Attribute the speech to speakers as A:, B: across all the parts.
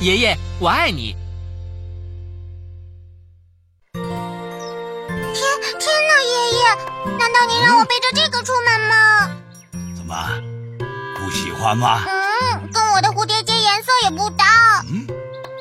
A: 爷爷，我爱你。
B: 天天哪，爷爷，难道您让我背着这个出门吗？
C: 怎么，不喜欢吗？
B: 嗯，跟我的蝴蝶结颜色也不搭，
C: 嗯，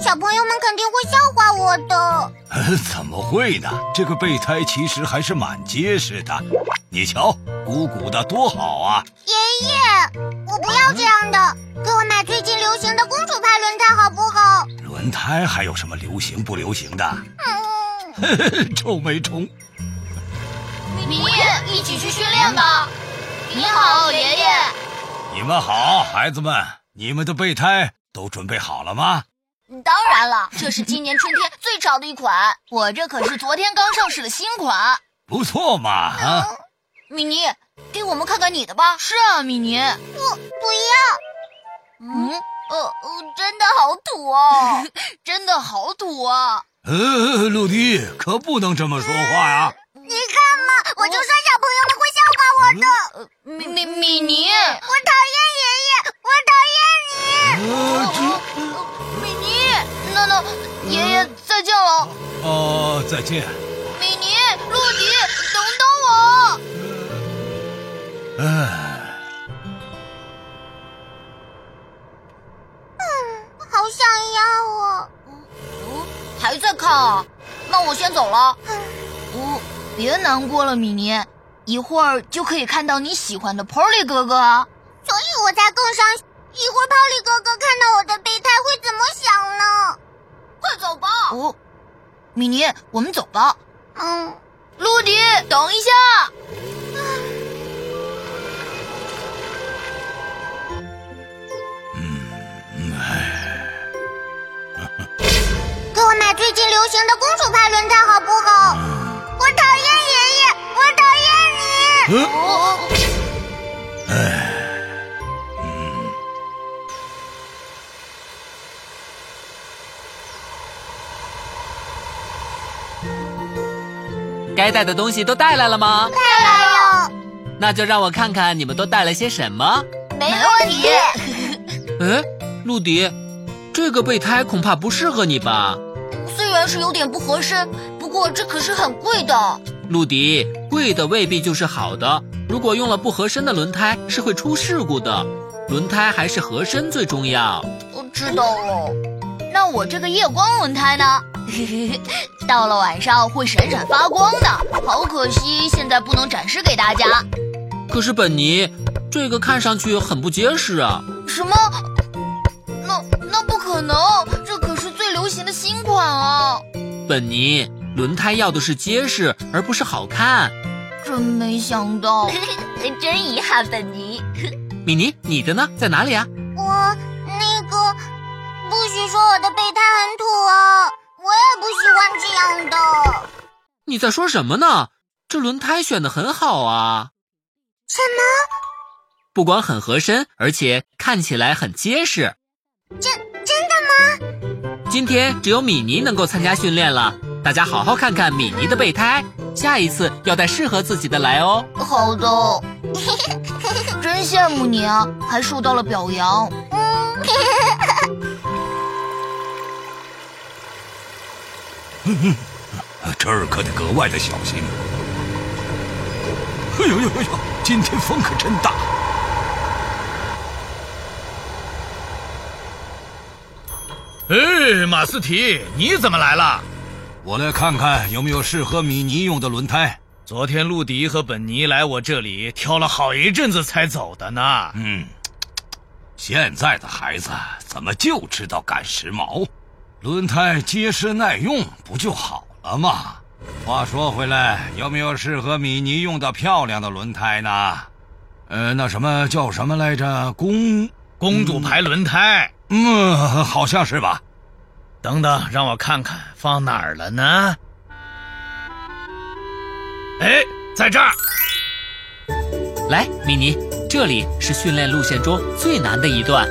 B: 小朋友们肯定会笑话我的。
C: 呃怎么会呢？这个备胎其实还是蛮结实的，你瞧，鼓鼓的多好啊！
B: 爷爷，我不要这样的，给我买最近流行的公主牌轮胎好不好？
C: 轮胎还有什么流行不流行的？
B: 嗯，
C: 臭美虫，
D: 明夜一起去训练吧。你好，爷爷。
C: 你们好，孩子们，你们的备胎都准备好了吗？
B: 嗯
D: 当然了，这是今年春天最潮的一款，我这可是昨天刚上市的新款。
C: 不错嘛，啊，
D: 米妮，给我们看看你的吧。是啊，米妮。
B: 不，不要。
D: 嗯，呃，呃真的好土哦， 真的好土啊。
C: 呃，陆地可不能这么说话呀、
B: 你看嘛，啊我就说小朋友们会笑话我的。
D: 呃，米米米妮，
B: 我讨厌爷爷，我讨厌你。
C: 呃，
D: 呃米妮，那那爷爷再见了。
C: 这，哦，再见。
D: 米妮，陆迪，等等我。
C: 唉，
B: 好想要哦！
D: 哦，还在看啊？那我先走了。哦，别难过了，米妮，一会儿就可以看到你喜欢的 Polly 哥哥啊。
B: 所以我才更伤心。一会儿泡利哥哥看到我的备胎会怎么想呢？
D: 快走吧。哦，米妮，我们走吧。
B: 嗯，
D: 陆迪，等一下。
B: 嗯哎给我买最近流行的公主牌轮胎好不好？我讨厌爷爷，我讨厌你。
C: 嗯，
D: 哦，
A: 该带的东西都带来了吗？
D: 哦
B: 太
D: 哎
B: 来了，
A: 那就让我看看你们都带了些什么。
D: 没问题。
A: 嗯，陆迪，这个备胎恐怕不适合你吧？
D: 虽然是有点不合身，不过这可是很贵的。
A: 陆迪，贵的未必就是好的，如果用了不合身的轮胎是会出事故的，轮胎还是合身最重要。
D: 我知道了。那我这个夜光轮胎呢？ 到了晚上会闪闪发光的，好可惜现在不能展示给大家。
A: 可是本尼，这个看上去很不结实啊。
D: 什么？那那不可能，这可是最流行的新款啊！
A: 本尼，轮胎要的是结实，而不是好看。
D: 真没想到，
E: 真遗憾，本尼。
A: 米妮，你的呢？在哪里啊？
B: 我那个不许说我的备胎很土哦，我也不喜欢这样的。
A: 你在说什么呢？这轮胎选的很好啊，
B: 什么？
A: 不光很合身，而且看起来很结实。
B: 真真的吗？
A: 今天只有米妮能够参加训练了，大家好好看看米妮的备胎，下一次要带适合自己的来哦。
D: 好的， 真羡慕你啊，还受到了表扬。
C: 这儿可得格外的小心。哎呦呦呦呦！今天风可真大。
F: 哎，马斯提，你怎么来了？
C: 我来看看有没有适合米妮用的轮胎。
F: 昨天陆迪和本尼来我这里挑了好一阵子才走的呢。
C: 嗯，现在的孩子怎么就知道赶时髦？轮胎结实耐用不就好了吗？话说回来，有没有适合米妮用的漂亮的轮胎呢？呃，那什么叫什么来着？公，
F: 公主牌轮胎，
C: 嗯，好像是吧。
F: 等等，让我看看放哪儿了呢？哎，在这儿。
A: 来，米妮，这里是训练路线中最难的一段。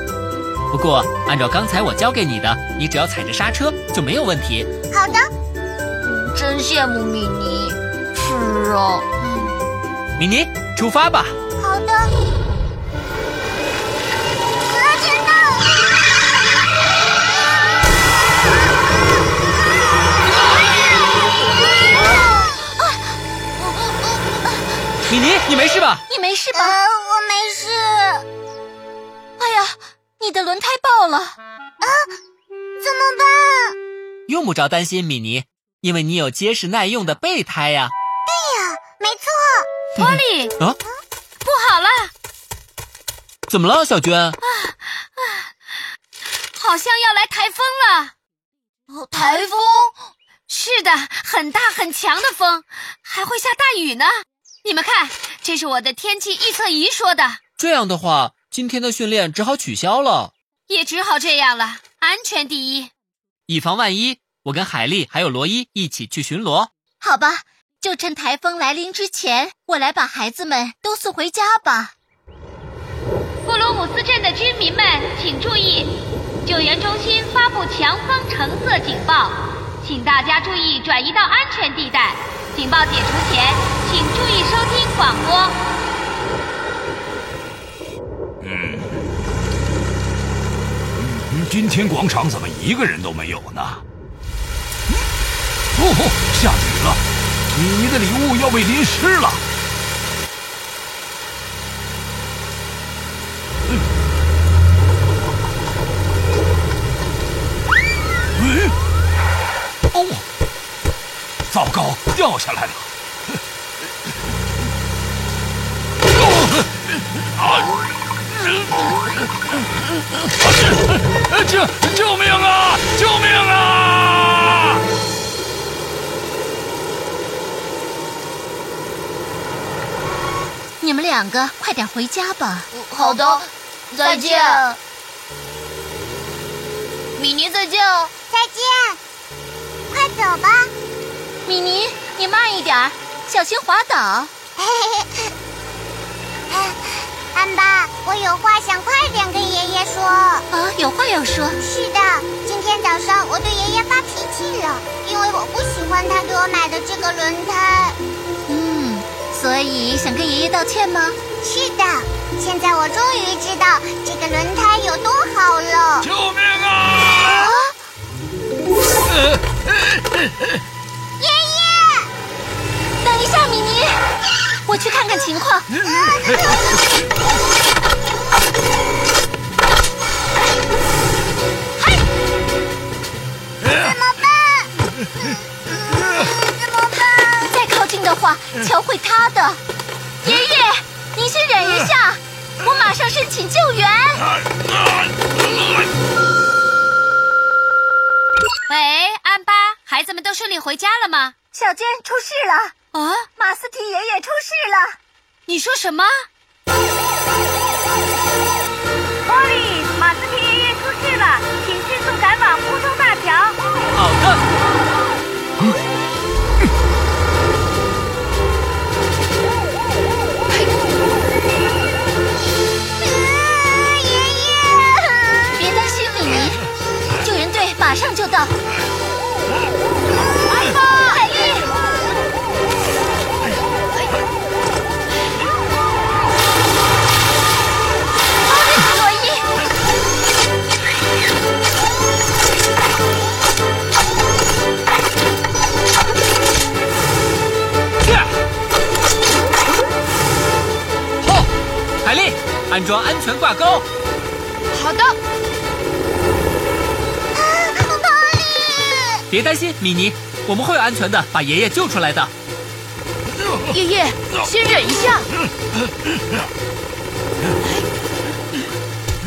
A: 不过，按照刚才我教给你的，你只要踩着刹车就没有问题。
B: 好的，
D: 真羡慕米妮。是啊，
A: 米妮，出发吧！
B: 嗯好的。我要见到你。
A: 米妮，你没事吧？
D: 你没事
B: 呃，
D: 吧？
B: 我没事，
D: 哎呀，你的轮胎爆了！
B: 怎么办？
A: 用不着担心，米妮，因为你有结实耐用的备胎呀、
B: 没错，
D: 波利，
A: 啊。
D: 不好了，
A: 怎么了，小娟？
D: 好像要来台风了。哦
G: 台风，
D: 是的，很大很强的风，还会下大雨呢。你们看，这是我的天气预测仪说的，
A: 这样的话，今天的训练只好取消了。
D: 也只好这样了，安全第一。
A: 以防万一，我跟海丽还有罗伊一起去巡逻。
D: 好吧，就趁台风来临之前，我来把孩子们都送回家吧。布鲁姆斯镇的居民们请注意，救援中心发布强风橙色警报，请大家注意转移到安全地带。警报解除前，请注意收听广播。
C: 嗯今天广场怎么一个人都没有呢？嗯哦吼，下雨了，米妮的礼物要被淋湿了。嗯，嗯哦，糟糕，掉下来了。哦救救命啊！救命啊！
D: 你们两个快点回家吧。
G: 嗯好的，再见，米妮，再见哦。
B: 再见，快走吧。
D: 米妮，你慢一点儿，小心滑倒。
B: 嘿嘿嘿，哎安巴，我有话想快点跟爷爷说。
D: 啊，有话要说。
B: 是的，今天早上我对爷爷发脾气了，因为我不喜欢他给我买的这个轮胎。
D: 嗯，所以想跟爷爷道歉吗？
B: 是的，现在我终于知道这个轮胎有多 好了。哦
C: 救命啊！
B: 爷 爷，
D: 等一下，米妮，我去看看情况。再靠近的话，桥会塌的。爷爷，您先忍一下，我马上申请救援。
G: 喂，安巴，孩子们都顺利回家了吗？
D: 小娟出事了，
G: 啊，
D: 马斯提爷爷出事了。
G: 你说什么？
D: 波利，马斯提爷爷出事了，请迅速赶往铺通大桥。
A: 好的，
B: 啊
D: 别担心，米妮，救援队马上就到。安巴，海丽，罗伊，
A: 吼！海丽，安装安全挂钩。
G: 好的，
A: 别担心，米妮，我们会有安全的，把爷爷救出来的。
G: 爷爷，先忍一下。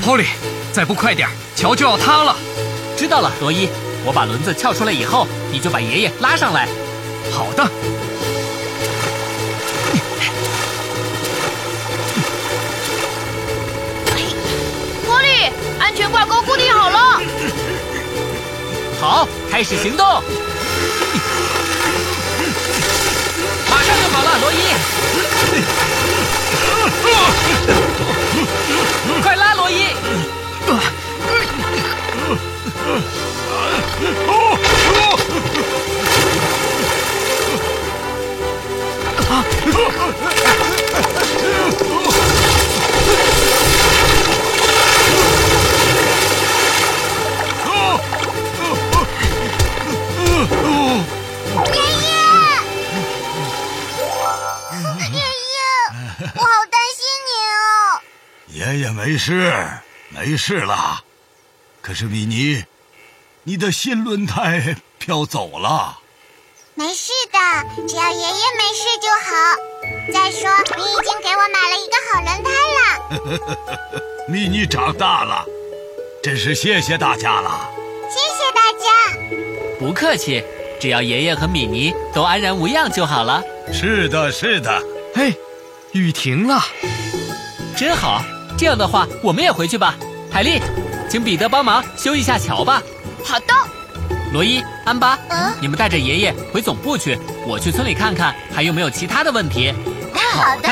H: ，Polly，再不快点，桥就要塌了。
A: 知道了，罗伊，我把轮子撬出来以后，你就把爷爷拉上来。
H: 好的，
G: 波利，安全挂钩固定好了。
A: 好，开始行动。马上就好了，罗伊，快拉，罗伊！
B: 爷爷，
C: 爷爷没事，没事了。可是米妮，你的新轮胎飘走了。
B: 没事的，只要爷爷没事就好。再说，你已经给我买了一个好轮胎了。
C: 米妮长大了，真是谢谢大家了。
B: 谢谢大家。
A: 不客气，只要爷爷和米妮都安然无恙就好了。
C: 是的，是的。
F: 哎，雨停了，
A: 真好，这样的话我们也回去吧。海莉，请彼得帮忙修一下桥吧。
D: 好的，
A: 罗伊、安巴，
B: 嗯
A: 你们带着爷爷回总部去，我去村里看看还有没有其他的问题。
B: 好的。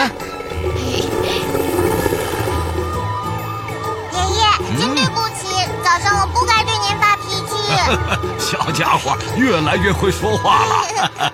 B: 爷爷，真对不起，早上我不该对您发脾气。
C: 小家伙越来越会说话了。